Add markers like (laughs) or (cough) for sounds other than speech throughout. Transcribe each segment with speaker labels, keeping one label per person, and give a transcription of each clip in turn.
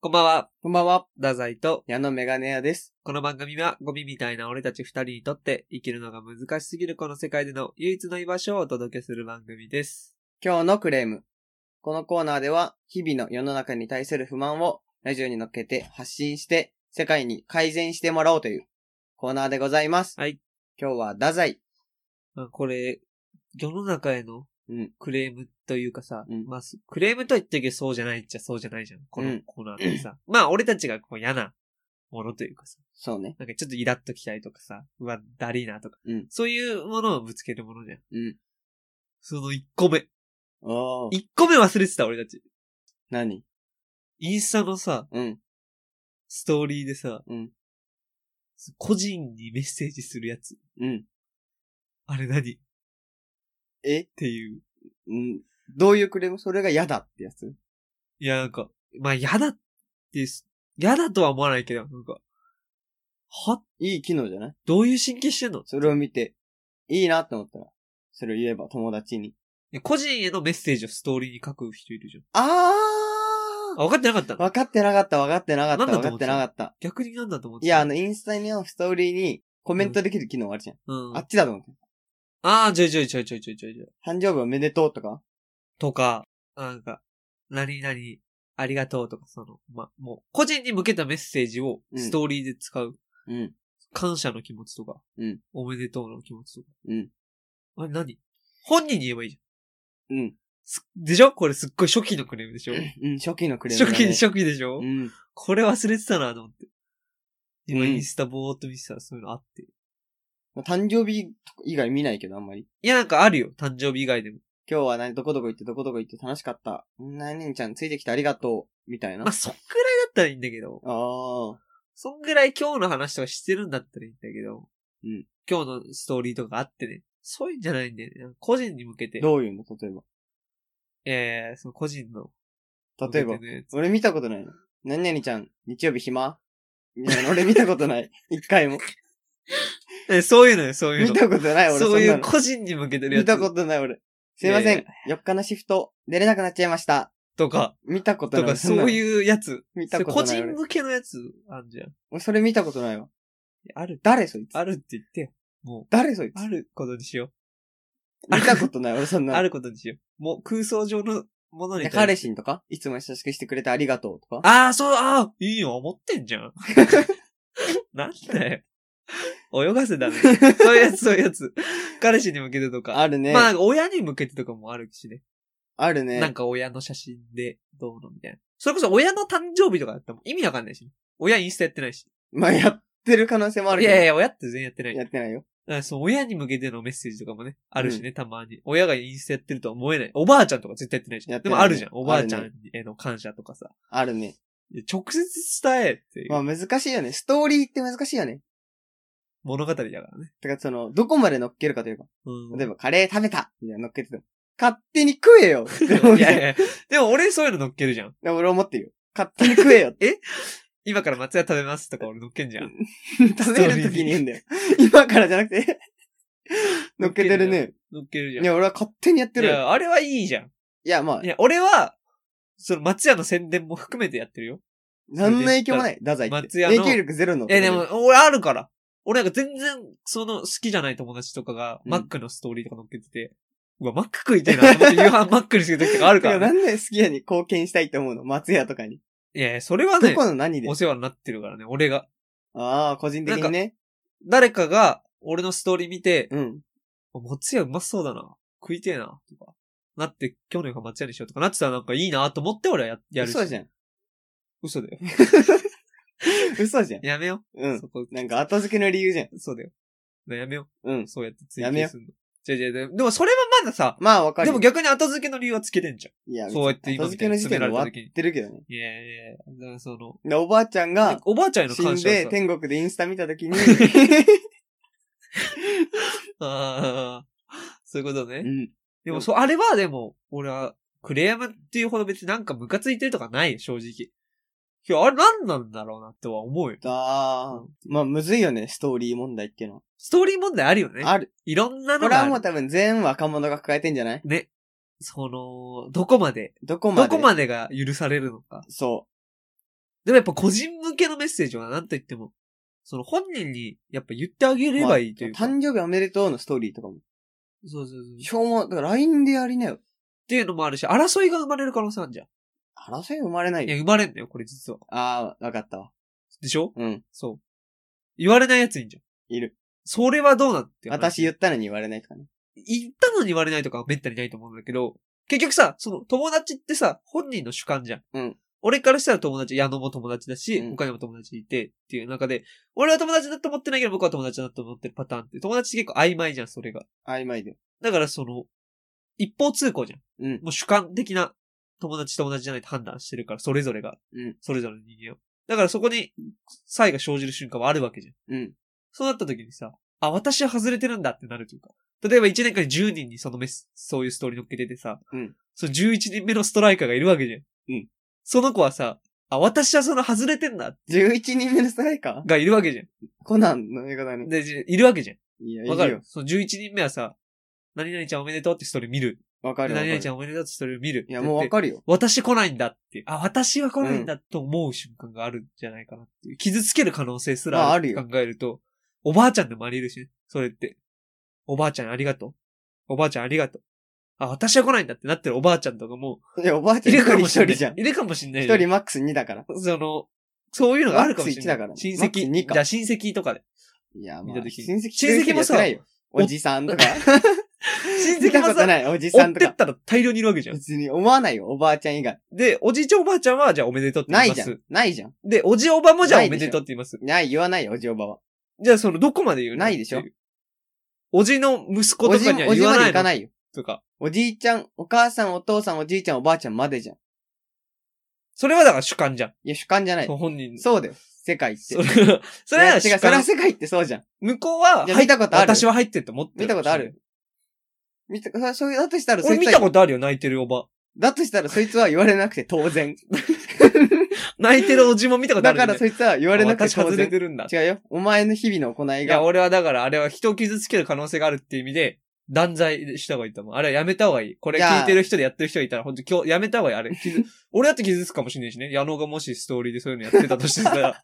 Speaker 1: こんばんは、
Speaker 2: こんばんは、
Speaker 1: ダザイと、
Speaker 2: 矢野メガネ屋です。
Speaker 1: この番組はゴミみたいな俺たち二人にとって生きるのが難しすぎるこの世界での唯一の居場所をお届けする番組です。
Speaker 2: 今日のクレーム。このコーナーでは、日々の世の中に対する不満をラジオに乗っけて発信して、世界に改善してもらおうというコーナーでございます。
Speaker 1: はい。
Speaker 2: 今日は太宰。
Speaker 1: まあ、これ、世の中への
Speaker 2: うん
Speaker 1: クレームというかさ、
Speaker 2: うん
Speaker 1: まあ、すクレームと言ってるけどそうじゃないっちゃそうじゃないじゃん。こ
Speaker 2: う
Speaker 1: の
Speaker 2: ん
Speaker 1: コーナーでさ。まあ、俺たちがこう嫌なものというかさ、
Speaker 2: そうね。
Speaker 1: なんかちょっとイラッときたりとかさ、うわ、だりーなとか、
Speaker 2: うん
Speaker 1: そういうものをぶつけるものじゃん。
Speaker 2: うん。
Speaker 1: その1個目。
Speaker 2: おー。
Speaker 1: 1個目忘れてた俺たち。
Speaker 2: 何
Speaker 1: インスタのさ、
Speaker 2: うん。
Speaker 1: ストーリーでさ、
Speaker 2: うん
Speaker 1: 個人にメッセージするやつ。
Speaker 2: うん。
Speaker 1: あれ何っ
Speaker 2: え
Speaker 1: ていう。
Speaker 2: うん。どういうクレームそれが嫌だってやつ
Speaker 1: いや、なんか、まあ、嫌だってす、嫌だとは思わないけど、なんか、は、
Speaker 2: いい機能じゃない
Speaker 1: どういう神経してんのい
Speaker 2: それを見て、いいなって思ったら、それを言えば友達に。
Speaker 1: や個人へのメッセージをストーリーに書く人いるじゃん。
Speaker 2: あ
Speaker 1: あ、分かってなかった
Speaker 2: ー
Speaker 1: の
Speaker 2: わかってなかった、わかってなかった、
Speaker 1: なんだ
Speaker 2: わ
Speaker 1: と
Speaker 2: か
Speaker 1: 思っ
Speaker 2: っ
Speaker 1: て
Speaker 2: て
Speaker 1: た
Speaker 2: なかった。
Speaker 1: 逆になんだと思って
Speaker 2: い
Speaker 1: た
Speaker 2: や、あ、の、インスタのストーリーにコメントできる機能あるじゃん。
Speaker 1: うん。
Speaker 2: あ
Speaker 1: あ
Speaker 2: っちだと思って。
Speaker 1: あー、ちょいちょいちょいちょいちょいちょいちょい。
Speaker 2: 誕生日おめでとうとか
Speaker 1: とか、なんか、何々、ありがとうとか、その、ま、もう、個人に向けたメッセージをストーリーで使う。
Speaker 2: うん。
Speaker 1: 感謝の気持ちとか、
Speaker 2: うん
Speaker 1: おめでとうの気持ちとか。
Speaker 2: うん
Speaker 1: あれ何本人に言えばいいじゃん。
Speaker 2: うん。
Speaker 1: すでしょこれすっごい初期のクレームでしょ、
Speaker 2: うん、初期のクレーム、
Speaker 1: 初
Speaker 2: ね。
Speaker 1: 期、初期でしょ、
Speaker 2: うん。
Speaker 1: これ忘れてたなと思って。今
Speaker 2: うん
Speaker 1: インスタぼーっと見てたらそういうのあって。
Speaker 2: 誕生日以外見ないけど、あんまり。
Speaker 1: いやなんかあるよ。誕生日以外でも。
Speaker 2: 今日は何、どこどこ行って、どこどこ行って楽しかった。何々ちゃんついてきてありがとう。みたいな。
Speaker 1: まあ
Speaker 2: あ
Speaker 1: そんぐらいだったらいいんだけど。
Speaker 2: あ。
Speaker 1: そんぐらい今日の話とかしてるんだったらいいんだけど。
Speaker 2: うん
Speaker 1: 今日のストーリーとかあってね。そういうんじゃないんだよね。なんか個人に向けて。
Speaker 2: どういうの例えば。
Speaker 1: えー、その個人の。
Speaker 2: 例えば。俺見たことないの。何々ちゃん、日曜日暇みたいな俺見たことない。一回も。
Speaker 1: えーそういうのよ、そういうの。
Speaker 2: 見たことない、俺。
Speaker 1: そうんい
Speaker 2: な
Speaker 1: う
Speaker 2: の
Speaker 1: 個人に向けてるや
Speaker 2: 見
Speaker 1: つ
Speaker 2: たことない、俺。すいませ
Speaker 1: いや
Speaker 2: ん。4日のシフト、出れなくなっちゃいました。
Speaker 1: とか、
Speaker 2: 見たこと
Speaker 1: と
Speaker 2: ない。
Speaker 1: かそう
Speaker 2: う。
Speaker 1: いうやつ。
Speaker 2: 見
Speaker 1: そ
Speaker 2: た
Speaker 1: れ
Speaker 2: こと
Speaker 1: 個
Speaker 2: ない。
Speaker 1: 人
Speaker 2: 俺
Speaker 1: 向けのやつあんじゃん。
Speaker 2: 俺それ見たことないわ。
Speaker 1: ある、
Speaker 2: 誰そいつ
Speaker 1: あるって言ってよ。も、
Speaker 2: 誰そいうつ
Speaker 1: あることにしよ
Speaker 2: 見たことない。俺そん
Speaker 1: う。
Speaker 2: な。
Speaker 1: あることにしよう。もう空想上のものに対し
Speaker 2: で
Speaker 1: て。
Speaker 2: 彼氏にとかいつも優しくしてくれてありがとうとか
Speaker 1: ああ、そう、ああ、いいよ、思ってんじゃん。 (laughs) なんだよ。泳がせ
Speaker 2: (laughs)
Speaker 1: だね。そういうやつ、そういうやつ。彼氏に向けてとか。
Speaker 2: あるね。
Speaker 1: まあ、なんか親に向けてとかもあるしね。
Speaker 2: ある
Speaker 1: なん
Speaker 2: ね。
Speaker 1: か親の写真でどうのみたいな。それこそ親の誕生日とかだったら意味わかんないし。親インスタやってないし。
Speaker 2: まあ、やってる可能性もある
Speaker 1: い
Speaker 2: けど。
Speaker 1: やいや、親って全然やってない。
Speaker 2: やってないよ。
Speaker 1: だからそう、親に向けてのメッセージとかもね、あるしね、たまに。親がインスタやってるとは思えない。おばあちゃんとか絶対やってないじゃ
Speaker 2: や
Speaker 1: ん。
Speaker 2: っ
Speaker 1: で
Speaker 2: て
Speaker 1: も
Speaker 2: ないね
Speaker 1: あるじゃん。おばあちゃんへの感謝とかさ。
Speaker 2: あるね。
Speaker 1: いや直接伝えってい
Speaker 2: まあ、
Speaker 1: う
Speaker 2: 難しいよね。ストーリーって難しいよね。
Speaker 1: 物語だからね。
Speaker 2: だから、その、どこまで乗っけるかというか。
Speaker 1: うん。
Speaker 2: 例えば、カレー食べたみたいな乗っけてても。勝手に食えよって思
Speaker 1: (laughs)
Speaker 2: う
Speaker 1: い
Speaker 2: じゃん
Speaker 1: やいや、でも俺そういうの乗っけるじゃん。
Speaker 2: 俺思ってるよ。勝手に食えよって。
Speaker 1: 今から松屋食べますとか俺乗っけんじゃん。
Speaker 2: (laughs) 食べるときに言うんだよ。 (laughs) 今からじゃなく
Speaker 1: (laughs)
Speaker 2: て。乗っけてるね。
Speaker 1: 乗っけるじゃ
Speaker 2: い
Speaker 1: ん。い
Speaker 2: や、俺は勝手にやってるよ。
Speaker 1: や、あれはいいじゃん。
Speaker 2: いや、まあ
Speaker 1: い、や、俺は、その松屋の宣伝も含めてやってるよ。
Speaker 2: 何の影響もない。ダザイって。
Speaker 1: 松屋の
Speaker 2: 影響力ゼロの。
Speaker 1: え、でも、俺あるから。俺なんか全然、その好きじゃない友達とかが、
Speaker 2: うん
Speaker 1: マックのストーリーとか載っけてて、うわ、マック食いたいなと思って夕飯 (laughs) マックにする時とかある
Speaker 2: て
Speaker 1: か、
Speaker 2: から
Speaker 1: ね。
Speaker 2: なんで好き屋に貢献したいと思うの松屋とかに。
Speaker 1: いやいや、それは
Speaker 2: ど
Speaker 1: ね、
Speaker 2: この何で
Speaker 1: お世話になってるからね、俺が。
Speaker 2: ああ、個人的にね。
Speaker 1: 誰かが、俺のストーリー見て、
Speaker 2: うん。
Speaker 1: もつやうまそうだな。食いてえな。とか。なって、去年が松屋にしようとかなってたらなんかいいなと思って俺はややるし。
Speaker 2: 嘘じゃん。
Speaker 1: 嘘だよ。
Speaker 2: 嘘じゃん。
Speaker 1: やめよう。
Speaker 2: うん。
Speaker 1: そこ、
Speaker 2: なんか後付けの理由じゃん。
Speaker 1: そうだよ。なやめよ
Speaker 2: うん
Speaker 1: う。。そうやって追
Speaker 2: やめよ
Speaker 1: 求す
Speaker 2: う
Speaker 1: るの。じゃじゃでもそれはまださ、
Speaker 2: まあわかる
Speaker 1: で
Speaker 2: よ。
Speaker 1: も逆に後付けの理由はつけてんじゃん。
Speaker 2: いや、
Speaker 1: そうやって今
Speaker 2: 後
Speaker 1: み
Speaker 2: 付
Speaker 1: たい
Speaker 2: け
Speaker 1: に
Speaker 2: の時
Speaker 1: 詰め
Speaker 2: 点
Speaker 1: ら
Speaker 2: で
Speaker 1: れ
Speaker 2: 終
Speaker 1: た
Speaker 2: わ
Speaker 1: 時に
Speaker 2: っ。てるけどね。
Speaker 1: いやいやいや、だからその、
Speaker 2: で、おばあちゃんが
Speaker 1: おばあちゃんへの
Speaker 2: 死
Speaker 1: 感
Speaker 2: ん
Speaker 1: 謝を
Speaker 2: で
Speaker 1: さ、
Speaker 2: 天国でインスタ見た
Speaker 1: (laughs)
Speaker 2: 時に、
Speaker 1: ああ、そういうこと
Speaker 2: う
Speaker 1: ね。
Speaker 2: ん。
Speaker 1: でも、そう、あれはでも、俺は、クレームっていうほど別になんかムカついてるとかないよ、正直。いや、あれ何なんだろうなっては思うよ。
Speaker 2: ああ。まあむずいよね、ストーリー問題っていうの
Speaker 1: ストーリー問題あるよね
Speaker 2: は。。ある。
Speaker 1: いろんな
Speaker 2: こ
Speaker 1: の
Speaker 2: れ
Speaker 1: があ
Speaker 2: は
Speaker 1: る
Speaker 2: もう多分全若者が抱えてんじゃない
Speaker 1: ね。その、どこまで、
Speaker 2: どこま
Speaker 1: ど
Speaker 2: で
Speaker 1: こまでが許されるのか。
Speaker 2: そ
Speaker 1: でもやっぱ個人向けのメッセージは何と言っても、その本人にやっぱ言ってあげればいいというか。
Speaker 2: 誕生日おめでとうのストーリーとかも。
Speaker 1: そうそうそう。っ
Speaker 2: しょうも、だから LINE でやりなよ。
Speaker 1: ていうのもあるし、争いが生まれる可能性あるじゃん。
Speaker 2: 争い生まれない
Speaker 1: いや、
Speaker 2: よ。
Speaker 1: 生まれんだよ、これ実は。
Speaker 2: ああ、わかったわ。
Speaker 1: でしょ
Speaker 2: うん。
Speaker 1: そう。言われないやついんじゃん。
Speaker 2: いる。
Speaker 1: それはどうなんっていう話。
Speaker 2: 私言ったのに言われないとかね。
Speaker 1: 言ったのに言われないとかはめったにないと思うんだけど、結局さ、その友達ってさ、本人の主観じゃん。
Speaker 2: うん
Speaker 1: 俺からしたら友達、矢野も友達だし、
Speaker 2: うん
Speaker 1: 他にも友達いてっていう中で、俺は友達だと思ってないけど僕は友達だと思ってるパターンって、友達って結構曖昧じゃん、それが。
Speaker 2: 曖昧で。
Speaker 1: だからその、一方通行じゃん。
Speaker 2: うん
Speaker 1: もう主観的な友達友達じゃないと判断してるから、それぞれが。
Speaker 2: うん
Speaker 1: それぞれの人間を。だからそこに差異が生じる瞬間はあるわけじゃん。
Speaker 2: うん。
Speaker 1: そうなった時にさ、あ、私は外れてるんだってなるというか。例えば1年間に10人にそのメス、そういうストーリー乗っけててさ、
Speaker 2: うん
Speaker 1: その11人目のストライカーがいるわけじゃん。
Speaker 2: うん
Speaker 1: その子はさ、あ、私はその外れてんだ、
Speaker 2: 11人目のストライカー
Speaker 1: がいるわけじゃ
Speaker 2: コナンの映画だね
Speaker 1: ん。。で、じいるわけじゃ
Speaker 2: いや、い
Speaker 1: ん。わか
Speaker 2: い
Speaker 1: る
Speaker 2: よ。
Speaker 1: その11人目はさ、何々ちゃんおめでとうってストーリー見る。
Speaker 2: わか
Speaker 1: で
Speaker 2: るわ
Speaker 1: 何
Speaker 2: かる。
Speaker 1: 々ち
Speaker 2: い
Speaker 1: ゃんおめでとうってストーリー見る。
Speaker 2: や、もうわ
Speaker 1: る。
Speaker 2: かるよ。
Speaker 1: 私来ないんだって。あ、私は来ないんだと思う瞬間があるんじゃないかなっていう。傷つける可能性す
Speaker 2: まあ
Speaker 1: ら
Speaker 2: あ
Speaker 1: って
Speaker 2: るよ
Speaker 1: 考えると、おばあちゃんでもあり得るしね。それって。おばあちゃんありがとう。おばあちゃんありがとう。あ、私は来ないんだってなってるおばあちゃんとかも、
Speaker 2: いや、おばあち
Speaker 1: い
Speaker 2: ゃん
Speaker 1: るかも
Speaker 2: 一
Speaker 1: しれ
Speaker 2: 人
Speaker 1: ない。
Speaker 2: じゃん。
Speaker 1: いるかもしれないじゃ
Speaker 2: 一
Speaker 1: ん。
Speaker 2: 人マックス2だから。
Speaker 1: その、そういうのがあるかもしれない。
Speaker 2: マックス
Speaker 1: 親
Speaker 2: 一だからマックス二
Speaker 1: 戚。
Speaker 2: か
Speaker 1: じゃあ親戚とか
Speaker 2: (laughs)
Speaker 1: で。
Speaker 2: いや、ま
Speaker 1: 見た
Speaker 2: あ、
Speaker 1: 時
Speaker 2: 親戚
Speaker 1: 親戚もさ
Speaker 2: やってないよおじさんとか。
Speaker 1: 親
Speaker 2: 見
Speaker 1: 戚
Speaker 2: たこ
Speaker 1: も
Speaker 2: と
Speaker 1: さ、
Speaker 2: ない、おじ
Speaker 1: 追
Speaker 2: さ
Speaker 1: っ
Speaker 2: んと
Speaker 1: てっ
Speaker 2: か。
Speaker 1: たら大量にいるわけじゃん。
Speaker 2: 別に思わないよ、おばあちゃん以外。
Speaker 1: で、おじいちゃんおばあちゃんは、じゃあおめでとうって
Speaker 2: な
Speaker 1: 言い
Speaker 2: い
Speaker 1: ま
Speaker 2: じゃん
Speaker 1: す。。
Speaker 2: ないじゃん。
Speaker 1: で、おじおばもじゃあ
Speaker 2: な
Speaker 1: お
Speaker 2: いで
Speaker 1: め
Speaker 2: しょ
Speaker 1: でとうって言います。
Speaker 2: ない、言わないよ、おじおばは。
Speaker 1: じゃあその、どこまで言うの
Speaker 2: ないでしょ
Speaker 1: ってうおじの息子
Speaker 2: お
Speaker 1: と
Speaker 2: じ、
Speaker 1: かには
Speaker 2: おじ
Speaker 1: 言わ
Speaker 2: まで
Speaker 1: ない
Speaker 2: いか
Speaker 1: の
Speaker 2: ないよ。
Speaker 1: とか。
Speaker 2: おじいちゃん、お母さん、お父さん、おじいちゃん、おばあちゃんまでじゃん。
Speaker 1: それはだから主観じゃん。
Speaker 2: いや、主観じゃない
Speaker 1: そ。う本人。
Speaker 2: そうだよ、世界って。
Speaker 1: それは、それ
Speaker 2: いや
Speaker 1: は
Speaker 2: 違
Speaker 1: 主
Speaker 2: う、それは
Speaker 1: 観。
Speaker 2: 世界ってそうじゃん。
Speaker 1: 向こうは、
Speaker 2: いや
Speaker 1: 入っ
Speaker 2: 見たことある
Speaker 1: 私は入ってると思ってる
Speaker 2: 見たことある。見た、そそういう、だとしたら、そ
Speaker 1: 俺
Speaker 2: いつ
Speaker 1: 見
Speaker 2: は
Speaker 1: たことあるよ、泣いてるおば。
Speaker 2: だとしたら、そいつは言われなくて当然。
Speaker 1: 泣いてるおじも見たことあ
Speaker 2: だ
Speaker 1: る
Speaker 2: か
Speaker 1: よね、
Speaker 2: らそいつは言われなくて
Speaker 1: 私
Speaker 2: 当
Speaker 1: 外れ
Speaker 2: 然。
Speaker 1: てるんだ。
Speaker 2: 違うよ。お前の日々の行い
Speaker 1: い
Speaker 2: が
Speaker 1: や、、俺はだから、あれは人を傷つける可能性があるっていう意味で、断罪した方がいいと思う。あれはやめた方がいい。これ
Speaker 2: じゃあ
Speaker 1: 聞いてる人でやってる人がいたら、本当今日やめた方がいい、あれ。傷 (laughs) 俺だって傷つくかもしれないしね。矢野がもしストーリーでそういうのやってたとしてた
Speaker 2: (laughs)
Speaker 1: ら、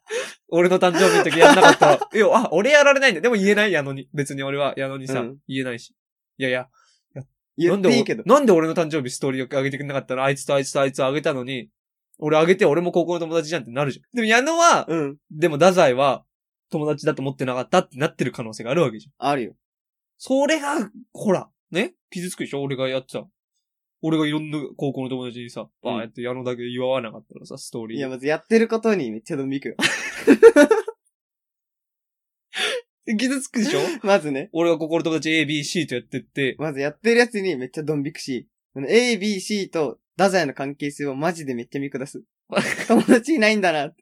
Speaker 1: 俺の誕生日の時やんなかったら、いや、あ、俺やられないんだ。でも言えない、矢野に。別に俺は矢野にさ、
Speaker 2: うん
Speaker 1: 言えないし。いやいや、な
Speaker 2: 言
Speaker 1: ん
Speaker 2: っ
Speaker 1: で
Speaker 2: てい
Speaker 1: お
Speaker 2: いけど。
Speaker 1: なんで俺の誕生日ストーリーを上げてくれなかったら、あいつとあいつとあいつを上げたのに、俺上げて俺も高校の友達じゃんってなるじゃん。でも矢野は、
Speaker 2: うん。
Speaker 1: でも太宰は、友達だと思ってなかったってなってる可能性があるわけじゃん。
Speaker 2: あるよ。
Speaker 1: それが、ほら、ね傷つくでしょ俺がやってた。俺がいろんな高校の友達にさ、バーンって矢野だけ祝わなかったらさ、ストーリー。
Speaker 2: いや、まずやってることにめっちゃどんびくよ。
Speaker 1: 傷つくで
Speaker 2: (laughs)
Speaker 1: しょ
Speaker 2: まずね。
Speaker 1: 俺がここの友達 A, B, C とやってって、
Speaker 2: まずやってるやつにめっちゃどんびくし、この A、B、C と、ダザイの関係性をマジでめっちゃ見
Speaker 1: (laughs)
Speaker 2: 下す。友達いないんだな。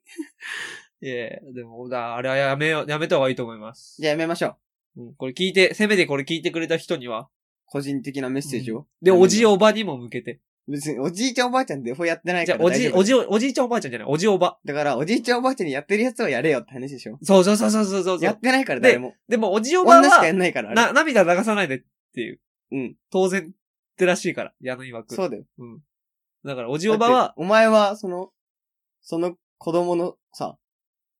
Speaker 1: いやでも、だあれはやめよう、やめた方がいいと思います。
Speaker 2: じゃあやめましょう。
Speaker 1: うん、これ聞いて、せめてこれ聞いてくれた人には。
Speaker 2: 個人的なメッセージを。
Speaker 1: で、おじ
Speaker 2: を。
Speaker 1: おばにも向けて。
Speaker 2: 別に、おじいちゃんおばあちゃんデフォやってない
Speaker 1: じ
Speaker 2: か
Speaker 1: ゃあ
Speaker 2: ら、
Speaker 1: お
Speaker 2: 大
Speaker 1: じ、
Speaker 2: 丈夫。
Speaker 1: おじ、おじいちゃんおばあちゃんじゃない、おじおば。
Speaker 2: だから、おじいちゃんおばあちゃんにやってるやつをやれよって話でしょ。
Speaker 1: そうそうそうそうそうそう。
Speaker 2: やってないから誰も。
Speaker 1: でも、おじおば
Speaker 2: 女しかや
Speaker 1: は、
Speaker 2: んないから、あれ
Speaker 1: な、涙流さないでっていう。
Speaker 2: うん。
Speaker 1: 当然ってらしいから、矢野曰く。
Speaker 2: そうだよ。
Speaker 1: うん。だから、おじおばは、
Speaker 2: お前は、その、その子供のさ、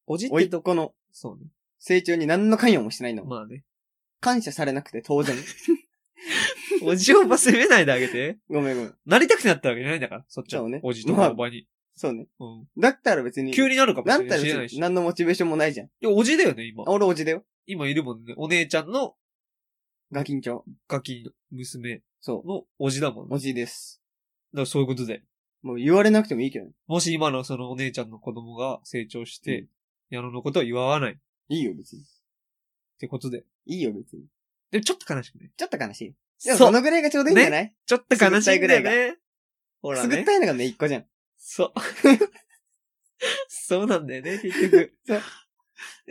Speaker 1: おじっ
Speaker 2: おい
Speaker 1: て、
Speaker 2: とこの
Speaker 1: そうね。
Speaker 2: 成長に何の関与もしてないの。
Speaker 1: まあね。
Speaker 2: 感謝されなくて当然。
Speaker 1: おじおば責めないであげ
Speaker 2: (laughs)
Speaker 1: て。
Speaker 2: ごめんごめん。
Speaker 1: なりたくてなったわけじゃないんだから、そっち
Speaker 2: そ
Speaker 1: は。
Speaker 2: うね
Speaker 1: おじとかおばに。
Speaker 2: そうね。
Speaker 1: うん。
Speaker 2: だったら別に、
Speaker 1: 急になるかも
Speaker 2: な
Speaker 1: し
Speaker 2: ん
Speaker 1: れ
Speaker 2: た
Speaker 1: ない。
Speaker 2: ら
Speaker 1: 知
Speaker 2: 別
Speaker 1: らない
Speaker 2: に
Speaker 1: し。
Speaker 2: 何のモチベーションもないじゃん。
Speaker 1: でおじだよね、今。
Speaker 2: 俺おじだよ。
Speaker 1: 今いるもんね。お姉ちゃんの
Speaker 2: ガキンチョ。
Speaker 1: ガキの娘
Speaker 2: そ
Speaker 1: のおじだもん
Speaker 2: う。
Speaker 1: ね。
Speaker 2: おじです。
Speaker 1: だからそういうことで。
Speaker 2: もう言われなくてもいいけどね。
Speaker 1: もし今のそのお姉ちゃんの子供が成長し
Speaker 2: う
Speaker 1: て、矢野のことを祝わないっ
Speaker 2: いいよ別に。
Speaker 1: てことで。
Speaker 2: いいよ別に。
Speaker 1: でもちょっと悲しくね。
Speaker 2: ちょっと悲しい。で
Speaker 1: そ。
Speaker 2: もそうのぐらいがちょうどいいんじゃない
Speaker 1: ちょっと悲しいんだよ
Speaker 2: くすぐったい
Speaker 1: ね。ほら
Speaker 2: すぐっ
Speaker 1: ね。
Speaker 2: たいのがね、一個じゃん。
Speaker 1: そう。そうなんだよ (laughs) ね、結局。
Speaker 2: そう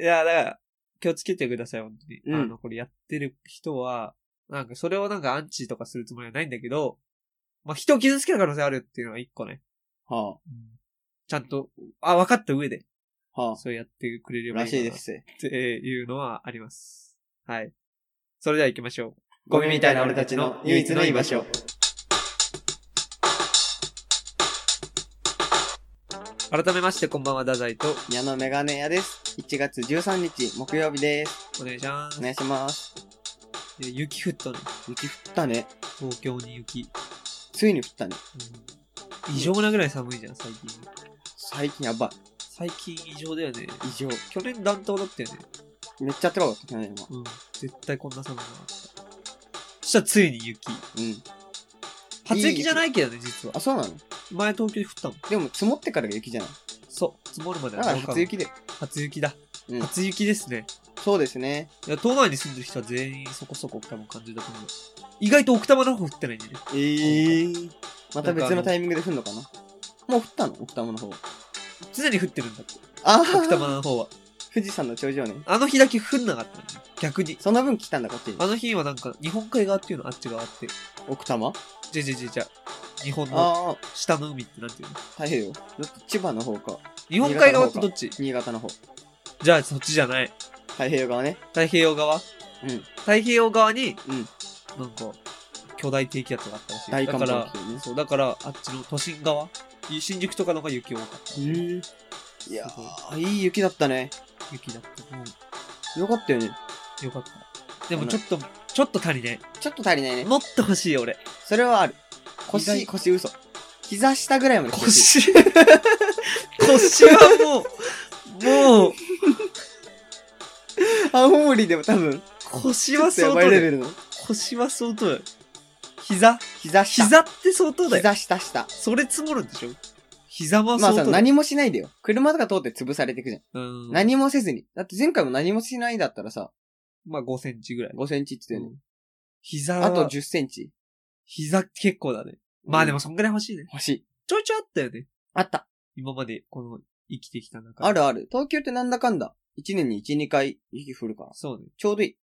Speaker 1: いや、だから、気をつけてください、本当に。
Speaker 2: うん
Speaker 1: あの、これやってる人は、なんか、それをなんかアンチとかするつもりはないんだけど、まあ、人を傷つける可能性あるっていうのは一個ね。
Speaker 2: は
Speaker 1: ちゃんと、あ、分かった上で、
Speaker 2: あ、は
Speaker 1: そうやってくれ
Speaker 2: あ、
Speaker 1: れば
Speaker 2: ら
Speaker 1: いい
Speaker 2: しい
Speaker 1: か
Speaker 2: で
Speaker 1: なっ
Speaker 2: す。
Speaker 1: ていうのはあります。はい。それでは行きましょう。
Speaker 2: ゴミみたいな俺たちの唯一の居場所。
Speaker 1: 改めまして、こんばんは、ダザイと、
Speaker 2: 矢野メガネ屋です。1月13日、木曜日です。
Speaker 1: お願いしま
Speaker 2: お
Speaker 1: す。
Speaker 2: 願いします。
Speaker 1: で雪降ったね。
Speaker 2: 雪降ったね。
Speaker 1: 東京に雪。
Speaker 2: ついに降ったね。
Speaker 1: うん異常なぐらい寒いじゃん、最近。
Speaker 2: 最近やば
Speaker 1: 最近異常だよね。
Speaker 2: い。異常。
Speaker 1: 去年暖冬だったよね。
Speaker 2: めっちゃ高かった、去年は。
Speaker 1: うん。絶対こんな寒くなかった。そしたらついに雪。
Speaker 2: うん。
Speaker 1: 初雪じゃないけどね、実は。
Speaker 2: あ、そうなの
Speaker 1: 前東京で降ったもん。
Speaker 2: でも積もってからが雪じゃない。
Speaker 1: そう。積もるまで
Speaker 2: だ
Speaker 1: は
Speaker 2: から
Speaker 1: どうか
Speaker 2: 初雪で。
Speaker 1: 初雪だ。
Speaker 2: うん
Speaker 1: 初雪ですね。
Speaker 2: そうですね。
Speaker 1: いや、島内に住んでる人は全員そこそこ多分感じだと思う。意外と奥多摩の方降ってないんだよね。
Speaker 2: えー。また別のタイミングで降るのかなもう降ったの奥多摩の方。
Speaker 1: 常に降ってるんだって。
Speaker 2: あ
Speaker 1: 奥多
Speaker 2: ー
Speaker 1: 摩の方は。
Speaker 2: 富士山の頂上ね。
Speaker 1: あの日だけ降んなかったのね。逆に。
Speaker 2: そんな分来たんだ、こっちに。
Speaker 1: あの日はなんか、日本海側っていうのあっち側って。
Speaker 2: 奥多摩
Speaker 1: じゃじゃじゃじゃ。日本の
Speaker 2: ああ、
Speaker 1: 下の海ってなんていうの
Speaker 2: 太平洋。だって千葉の方か。
Speaker 1: 日本海側ってどっち
Speaker 2: 新潟の方。
Speaker 1: じゃあそっちじゃない。
Speaker 2: 太平洋側ね。
Speaker 1: 太平洋側
Speaker 2: うん。
Speaker 1: 太平洋側に、
Speaker 2: うん
Speaker 1: なんか、巨大低気圧があったらしい。
Speaker 2: 大
Speaker 1: だか
Speaker 2: 寒波
Speaker 1: ら
Speaker 2: が来、てるね。
Speaker 1: そう、だから、あっちの都心側、い新宿とかの方が雪多かった。
Speaker 2: うん。いやー、いい雪だったね。
Speaker 1: 雪だった。うん、
Speaker 2: よかったよね。
Speaker 1: よかった。でもちょっと、ちょっと足りない。
Speaker 2: ちょっと足りないね。
Speaker 1: もっと欲しいよ、俺。
Speaker 2: それはある。
Speaker 1: 意外
Speaker 2: 腰、腰嘘。膝下ぐらいまで来てほしい。
Speaker 1: 腰。腰 (laughs) はもう、もう、
Speaker 2: 青森でも多分、
Speaker 1: 腰
Speaker 2: ちょ
Speaker 1: は
Speaker 2: っとや
Speaker 1: 相当
Speaker 2: ばいレ
Speaker 1: だ
Speaker 2: ベ
Speaker 1: よ。
Speaker 2: ルの。
Speaker 1: 腰は相当だよ。膝
Speaker 2: 膝下。
Speaker 1: 膝って相当だよ。
Speaker 2: 膝下下。
Speaker 1: それ積もるんでしょ膝も
Speaker 2: まあ
Speaker 1: 相
Speaker 2: さ、
Speaker 1: 当だよ。
Speaker 2: 何もしないでよ。車とか通って潰されていくじゃん。
Speaker 1: うん
Speaker 2: 何もせずに。だって前回も何もしないだったらさ、
Speaker 1: まあ5センチぐらい。
Speaker 2: 5センチって言って
Speaker 1: う
Speaker 2: ね
Speaker 1: ん。膝は
Speaker 2: あと10センチ。
Speaker 1: 膝結構だね。まあでもそんぐらい欲しいね。
Speaker 2: 欲しい。
Speaker 1: ちょいちょいあったよね。
Speaker 2: あった。
Speaker 1: 今までこの生きてきた中で。
Speaker 2: あるある。東京ってなんだかんだ。1年に1、2回雪降るから。
Speaker 1: そうね。
Speaker 2: ちょうどい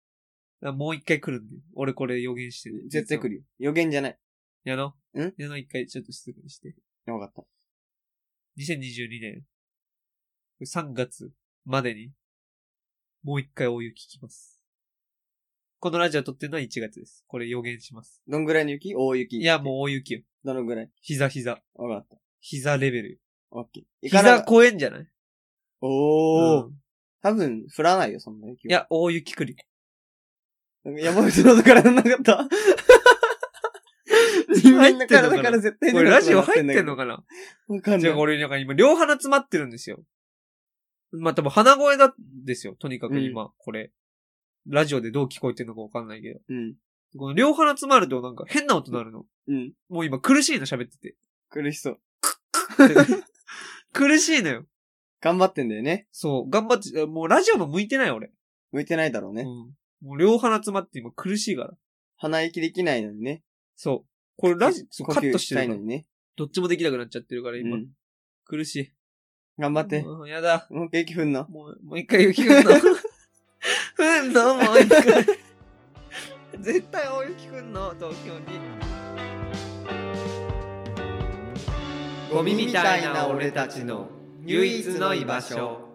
Speaker 1: だからもう一回来るんで。俺これ予言してる
Speaker 2: い。。絶対来
Speaker 1: る。
Speaker 2: るよ。予言じゃない。
Speaker 1: 矢野。
Speaker 2: ん
Speaker 1: 矢野一回ちょっと失礼して。
Speaker 2: よかった。
Speaker 1: 2022年3月までにもう一回大雪来ます。このラジオ撮ってるのは1月です。これ予言します。
Speaker 2: どんぐらいの雪大雪。
Speaker 1: いや、もう大雪よ。
Speaker 2: う。どのぐらい
Speaker 1: 膝膝。
Speaker 2: わかった。
Speaker 1: 膝レベルよ。
Speaker 2: オッケー。
Speaker 1: 膝超えんじゃない
Speaker 2: おー、
Speaker 1: うん
Speaker 2: 多分、降らないよ、そんな雪
Speaker 1: い
Speaker 2: は。
Speaker 1: や、大雪来る。
Speaker 2: なんか山口のからなか
Speaker 1: (laughs)
Speaker 2: った。人間の体から絶対
Speaker 1: これラジオ入ってんのかな
Speaker 2: わかん
Speaker 1: じ
Speaker 2: な
Speaker 1: ゃあ
Speaker 2: い。
Speaker 1: 俺なんか今、両鼻詰まってるんですよ。まあ、多分鼻声なんですよ。とにかく今、これ。ラジオでどう聞こえてるのかわかんないけど。
Speaker 2: うん。
Speaker 1: この両鼻詰まるとなんか変な音なるの。
Speaker 2: うん。
Speaker 1: もう今苦しいの喋って
Speaker 2: (laughs)
Speaker 1: て。
Speaker 2: 苦しそう。
Speaker 1: 苦しいのよ。
Speaker 2: 頑張ってんだよね。
Speaker 1: そう。頑張って、もうラジオも向いてない俺。
Speaker 2: 向いてないだろう
Speaker 1: う
Speaker 2: ね。
Speaker 1: ん。もう両鼻詰まって今苦しいから。
Speaker 2: 鼻息できないのにね。
Speaker 1: そう。これラジオ、
Speaker 2: 呼
Speaker 1: カット
Speaker 2: 吸
Speaker 1: し
Speaker 2: してた
Speaker 1: る
Speaker 2: い
Speaker 1: か
Speaker 2: の
Speaker 1: ら
Speaker 2: に。ね。
Speaker 1: どっちもできなくなっちゃってるから
Speaker 2: う
Speaker 1: 今。
Speaker 2: ん。
Speaker 1: 苦しい。
Speaker 2: 頑張って。
Speaker 1: うんやだ。
Speaker 2: もうケーキ踏んの。
Speaker 1: もう、もう一回雪 (laughs) くんの。ふんの、もう一回。絶対大雪くんの、東京に。ゴミみたいな俺たちの唯一の居場所。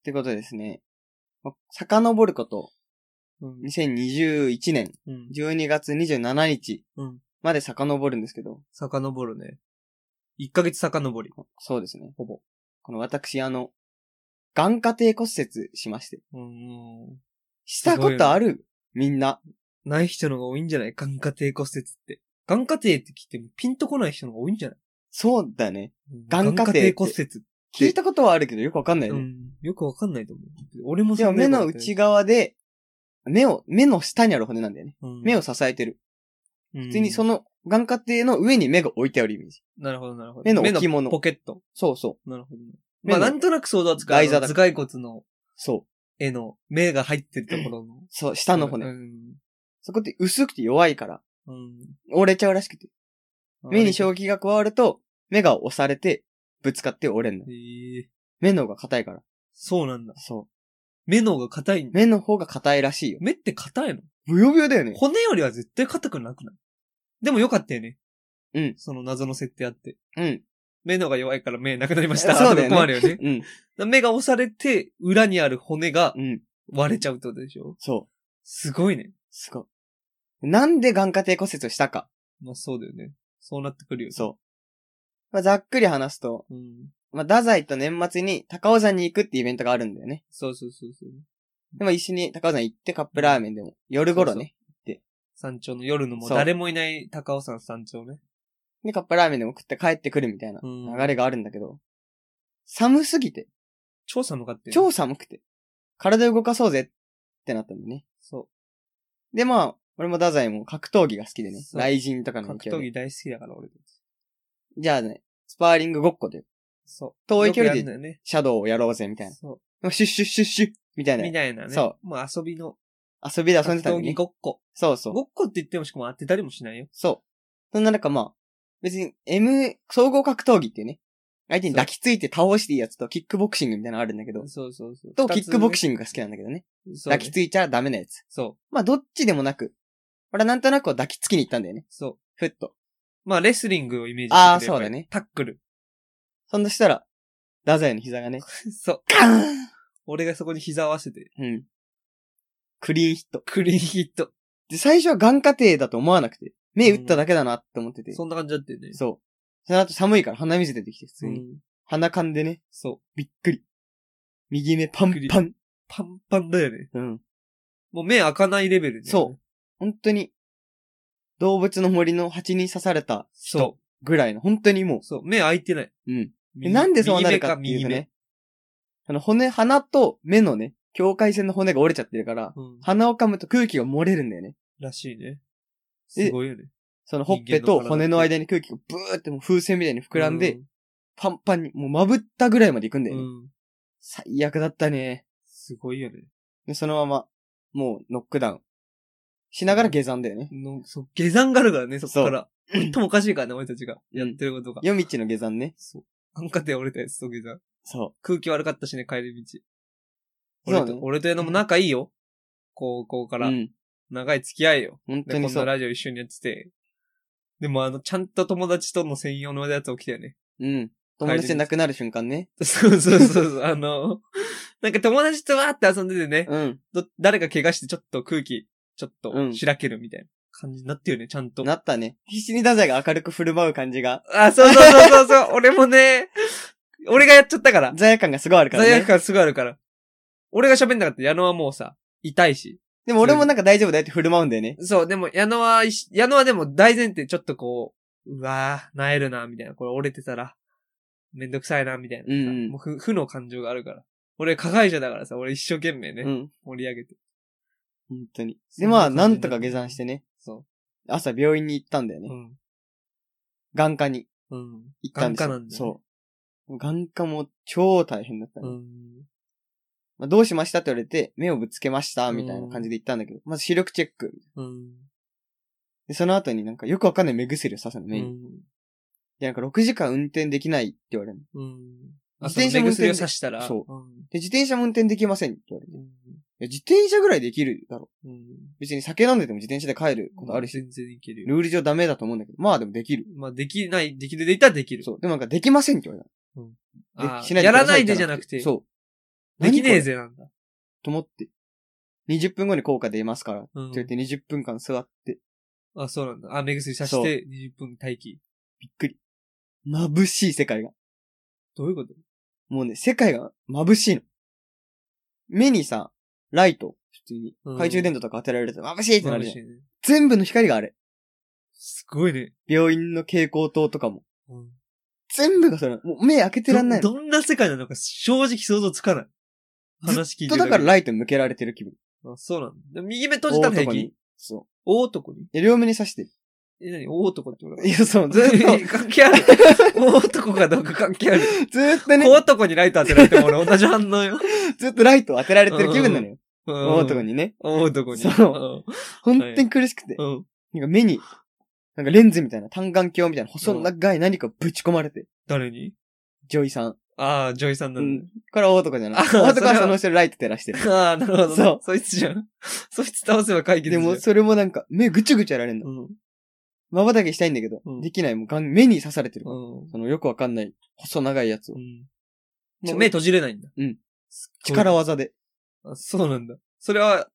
Speaker 2: ってことですね。ま遡ること、
Speaker 1: うん。
Speaker 2: 2021年
Speaker 1: うん。
Speaker 2: 12月27日
Speaker 1: うん
Speaker 2: まで遡るんですけど、
Speaker 1: 遡るね。一ヶ月遡り。
Speaker 2: そうですね。
Speaker 1: ほぼ。
Speaker 2: この私、あの、眼下底骨折しまして。
Speaker 1: うん。
Speaker 2: したことある、みんな。
Speaker 1: ない人の方が多いんじゃない眼下底骨折って。眼下底って聞いてもピンとこない人の方が多いんじゃない
Speaker 2: そうだね。眼下底
Speaker 1: 下
Speaker 2: って
Speaker 1: 底骨折。
Speaker 2: 聞いたことはあるけどよくわかんないよ
Speaker 1: う
Speaker 2: ね。
Speaker 1: ん。よくわかんないと思う。俺も
Speaker 2: でも目の
Speaker 1: 内
Speaker 2: 内側で、目を、目の下にある骨なんだよね。目
Speaker 1: 目
Speaker 2: を、支えてる。
Speaker 1: 普
Speaker 2: 普通にその眼下底の上に目が置いてあるイメージ。
Speaker 1: なるほど、なるほど。
Speaker 2: 目の置物
Speaker 1: ポケット。
Speaker 2: そうそう。
Speaker 1: なるほどね。
Speaker 2: 目
Speaker 1: まあ、
Speaker 2: の
Speaker 1: なんとなく想像つく。
Speaker 2: 台座
Speaker 1: あの
Speaker 2: だ
Speaker 1: 頭蓋骨の
Speaker 2: そう。
Speaker 1: 絵の目が入ってるところの。
Speaker 2: そう、下の骨。
Speaker 1: うん。
Speaker 2: そこって薄くて弱いから、
Speaker 1: うん。
Speaker 2: 折れちゃうらしくて。目に
Speaker 1: う
Speaker 2: 衝撃が加わると、目が押されて、ぶつかって折れんの。
Speaker 1: えー
Speaker 2: 目の方が硬いから。
Speaker 1: そうなんだ。
Speaker 2: そ
Speaker 1: 目の方が硬いん
Speaker 2: う。
Speaker 1: だ。
Speaker 2: 目の方が硬いらしいよ。
Speaker 1: 目って硬いの
Speaker 2: ブヨブヨだよね。
Speaker 1: 骨よりは絶対硬くなくないでもよかったよね。
Speaker 2: うん
Speaker 1: その謎の設定あって。
Speaker 2: うん。
Speaker 1: 目の方が弱いから目なくなりました。
Speaker 2: そうだ
Speaker 1: と
Speaker 2: よね
Speaker 1: か困るよね。だか
Speaker 2: うん。
Speaker 1: ら目が押されて、裏にある骨が
Speaker 2: (laughs) うん。
Speaker 1: 割れちゃうってことでしょ
Speaker 2: そう。
Speaker 1: すごいね。
Speaker 2: すごい。なんで眼下底骨折をしたか。
Speaker 1: まあそうだよね。そうなってくるよね。
Speaker 2: そまあ、ざっくり話すと、
Speaker 1: うん。
Speaker 2: まあ、太宰と年末に高尾山に行くってイベントがあるんだよね。
Speaker 1: そうそうそうそう。
Speaker 2: でも一緒に高尾山行ってカップラーメンでも、夜頃ね。
Speaker 1: 山頂の夜のもう
Speaker 2: そう
Speaker 1: 誰もいない高尾山山頂ね。
Speaker 2: で、カップラーメンでも食って帰ってくるみたいな
Speaker 1: うん
Speaker 2: 流れがあるんだけど、寒すぎて、
Speaker 1: 超寒かったよね。
Speaker 2: 超寒くて、体動かそうぜってなったんだよね。
Speaker 1: そ
Speaker 2: で、まあ、俺も太宰も格闘技が好きでね。
Speaker 1: そう
Speaker 2: 雷神とか
Speaker 1: う。
Speaker 2: の
Speaker 1: 格
Speaker 2: 影
Speaker 1: 闘
Speaker 2: 響で
Speaker 1: 技大好きだから俺たち。
Speaker 2: じゃあね、スパーリングごっこで、
Speaker 1: そう。
Speaker 2: 遠い距離で
Speaker 1: よくやるんだよね。
Speaker 2: シャドウをやろうぜみたいな。
Speaker 1: そ。
Speaker 2: まあシュッシュッシュッシュッみたいうな。
Speaker 1: みたいなね。
Speaker 2: そ
Speaker 1: もう遊びの。
Speaker 2: 遊びで遊ん
Speaker 1: 格
Speaker 2: でた
Speaker 1: 闘
Speaker 2: んだよ
Speaker 1: 技
Speaker 2: ね。
Speaker 1: ごっこ。
Speaker 2: そうそう。
Speaker 1: ごっこって言ってもしかも当てたりもしないよ。
Speaker 2: そう。そんな中まあ、別に M、総合格闘技っていうね、相手に抱きついて倒していいやつとキックボクシングみたいなのあるんだけど、
Speaker 1: そうそうそう。
Speaker 2: とキックボク
Speaker 1: ン
Speaker 2: シングが好きなんだけどね。
Speaker 1: グ。そうね
Speaker 2: 抱きついちゃダメなやつ。
Speaker 1: そう。
Speaker 2: まあどっちでもなく、俺はなんとなく抱きつきに行ったんだよね。
Speaker 1: そう。
Speaker 2: ふっと。
Speaker 1: まあ、レスリングをイメージしてくれ
Speaker 2: あ
Speaker 1: や
Speaker 2: ー
Speaker 1: っぱり
Speaker 2: そうだね
Speaker 1: タックル。 (laughs)
Speaker 2: そんなしたら、ダザイの膝がね、
Speaker 1: そう。
Speaker 2: ガーン
Speaker 1: 俺がそこに膝を合わせて、
Speaker 2: うん。クリーンヒット。
Speaker 1: クリーンヒット。
Speaker 2: で、最初は眼科程だと思わなくて、目打っただけだなって思ってて。
Speaker 1: そんな感じだったよね。
Speaker 2: そう。その後寒いから鼻水出てきて、普通
Speaker 1: う
Speaker 2: に。
Speaker 1: ん
Speaker 2: 鼻噛んでね、
Speaker 1: そう。
Speaker 2: びっくり。右目パンパン。
Speaker 1: パンパンだよね。
Speaker 2: うん。
Speaker 1: もう目開かないレベルで、
Speaker 2: そう。本当に、動物の森の蜂に刺された
Speaker 1: そ
Speaker 2: ぐらいの、本当にも
Speaker 1: う。そう。目開いてない。
Speaker 2: う、うん。で
Speaker 1: 右
Speaker 2: なんでそうなるかっていうとね、あの骨、鼻と目のね、境界線の骨が折れちゃってるから、
Speaker 1: 右目。うん。
Speaker 2: 鼻を噛むと空気が漏れるんだよね。
Speaker 1: らしいね。
Speaker 2: です
Speaker 1: ごいよね。
Speaker 2: そのほっぺと骨の間に空気がブーってもう風船みたいに膨らんで、パンパンに、もうまぶったぐらいまで行くんだ
Speaker 1: うん、
Speaker 2: よね。
Speaker 1: うん。
Speaker 2: 最悪だったね。
Speaker 1: すごいよね。
Speaker 2: で、そのまま、もうノックダウン。しながら下山だよね。
Speaker 1: のそう下山があるからね、そこから。ほんともおかしいからね、俺たちが。
Speaker 2: うん
Speaker 1: やってることが。
Speaker 2: 夜道の下山ね。
Speaker 1: そう。なんかで折れたやつと下山。
Speaker 2: そ
Speaker 1: 空気悪かったしね、帰り道。
Speaker 2: そうね
Speaker 1: 俺と、俺と矢野も仲いいよ。高校か
Speaker 2: う。う
Speaker 1: ら。
Speaker 2: ん。
Speaker 1: 長い付き合いよ。
Speaker 2: 本当
Speaker 1: で、
Speaker 2: に
Speaker 1: こん
Speaker 2: そ
Speaker 1: な
Speaker 2: う。
Speaker 1: ラジオ一緒にやってて。でもあの、ちゃんと友達との専用のやつ起きたよね。
Speaker 2: うん。友達じゃなくなる瞬間ね。
Speaker 1: (laughs) そうそうそうそう、あの、なんか友達とわーって遊んでてね、
Speaker 2: うん。
Speaker 1: ど誰か怪我してちょっと空気、ちょっ
Speaker 2: う
Speaker 1: と
Speaker 2: ん
Speaker 1: しらけるみたいな感じになってるよね、ちゃんと。
Speaker 2: なったね。必死に太宰が明るく振る舞う感じが、
Speaker 1: あ、そうそうそうそうそう、 (laughs) 俺もね、俺がやっちゃったから。
Speaker 2: 罪悪感がすごいあるからね。
Speaker 1: 罪悪感すぐあるから。俺が喋んなかったら矢野はもうさ、痛いし。
Speaker 2: でも俺もなんか大丈夫だよって振る舞うんだよね。
Speaker 1: そう、でも矢野は一、矢野はでも大前提ちょっとこう、うわー、なえるな、みたいな。これ折れてたら、めんどくさいな、みたいなさ。
Speaker 2: うんうん
Speaker 1: もう負負の感情があるから。俺加害者だからさ、俺一生懸命ね、
Speaker 2: うん。
Speaker 1: 盛り上げて。
Speaker 2: 本当に。
Speaker 1: そ
Speaker 2: で、
Speaker 1: んな
Speaker 2: まあ、
Speaker 1: 感じ
Speaker 2: な
Speaker 1: だ
Speaker 2: んとか下山してね。
Speaker 1: そ
Speaker 2: 朝病院に行ったんだよ
Speaker 1: う。
Speaker 2: ね。
Speaker 1: うん。
Speaker 2: 眼科に
Speaker 1: うん。
Speaker 2: 行ったんです
Speaker 1: 眼科
Speaker 2: よ。
Speaker 1: なんだよね
Speaker 2: そう。眼科も超大変だったね。
Speaker 1: うん。
Speaker 2: まあ、どうしましたって言われて、目をぶつけました、みたいな感じで言ったんだけど、まず視力チェック。
Speaker 1: うん。
Speaker 2: で、その後になんかよくわかんない目薬をさすの
Speaker 1: う
Speaker 2: ね。
Speaker 1: ん。
Speaker 2: で、なんか6時間運転できないって言われるの。
Speaker 1: うん。
Speaker 2: 自転車も運転
Speaker 1: 目薬を刺したら。。
Speaker 2: そうで、自転車も運転できませんって言われる。い
Speaker 1: うん。
Speaker 2: や、自転車ぐらいできるだろ。
Speaker 1: うん。
Speaker 2: 別に酒飲んでても自転車で帰ることあるし、
Speaker 1: 全然いけるよ。
Speaker 2: ルール上ダメだと思うんだけど、まあでもできる。
Speaker 1: まあ、できない、できるでいたらできる。
Speaker 2: そう。でもなんかできませんって言われた
Speaker 1: あ
Speaker 2: の。で
Speaker 1: ーや
Speaker 2: くだ
Speaker 1: ら
Speaker 2: さ
Speaker 1: ない
Speaker 2: っ
Speaker 1: で
Speaker 2: て
Speaker 1: じゃなくて。。
Speaker 2: そう
Speaker 1: できねえぜなんだ。
Speaker 2: う。と思って。20分後に効果出ますから。って
Speaker 1: うん
Speaker 2: 言って20分間座って、
Speaker 1: あ、そうなんだ。あ、目薬さして20分待機。
Speaker 2: びっくり。眩しい世界が。
Speaker 1: どういうこと
Speaker 2: もうね、世界が眩しいの。目にさ、ライト、普通に
Speaker 1: うん、
Speaker 2: 懐中電灯とか当てられると眩しいってなるじゃん。
Speaker 1: 眩しいね
Speaker 2: 全部の光があれ。
Speaker 1: すごいね。
Speaker 2: 病院の蛍光灯とかも。
Speaker 1: うん
Speaker 2: 全部がそれ、もう目開けてらんないの。
Speaker 1: どどんな世界なのか正直想像つかない。話聞い
Speaker 2: ず
Speaker 1: て
Speaker 2: っと
Speaker 1: る
Speaker 2: だ
Speaker 1: け
Speaker 2: からライト向けられてる気分。
Speaker 1: あそうなんだ。で右目閉じたら
Speaker 2: 大
Speaker 1: 平
Speaker 2: 男に
Speaker 1: 気。
Speaker 2: そ
Speaker 1: 大男に
Speaker 2: う。で両目に刺してる。
Speaker 1: え、何大男って俺はい
Speaker 2: や、そう、ずっと、
Speaker 1: (laughs) 関係ある。大男かどうか関係ある。
Speaker 2: ずーっとね
Speaker 1: 小、男にライト当てられても俺同じ反応
Speaker 2: (laughs)
Speaker 1: よ。
Speaker 2: ずっとライトを当てられてる気分なのよ。大男
Speaker 1: に。
Speaker 2: にね。
Speaker 1: 大男に。
Speaker 2: そ本当に苦しくて。
Speaker 1: うん。うん。
Speaker 2: なんか目に、なんかレンズみたいな、単眼鏡みたいな、細長い何かぶち込まれて。
Speaker 1: 誰に
Speaker 2: ジョイさん。
Speaker 1: ああ、ジョイさんな
Speaker 2: うん
Speaker 1: だ。
Speaker 2: ん。これは大男じゃない。
Speaker 1: あ
Speaker 2: 大男は
Speaker 1: それは
Speaker 2: その人にライト照
Speaker 1: (laughs)
Speaker 2: らしてる。
Speaker 1: ああ、なるほどね。
Speaker 2: そう
Speaker 1: そいつじゃん。 (laughs) そいつ倒せば解決
Speaker 2: で
Speaker 1: じゃん
Speaker 2: も、それもなんか、目ぐちゅぐちゅやられるの。
Speaker 1: うん。
Speaker 2: まばたきしたいんだけど、
Speaker 1: うん
Speaker 2: できない。もうがん、目に刺されてるから。
Speaker 1: うん。
Speaker 2: その、よくわかんない、細長いやつを
Speaker 1: う。んもう目閉じれないんだ。
Speaker 2: うん
Speaker 1: すっごい。
Speaker 2: 力技で、
Speaker 1: あそうなんだ。それは、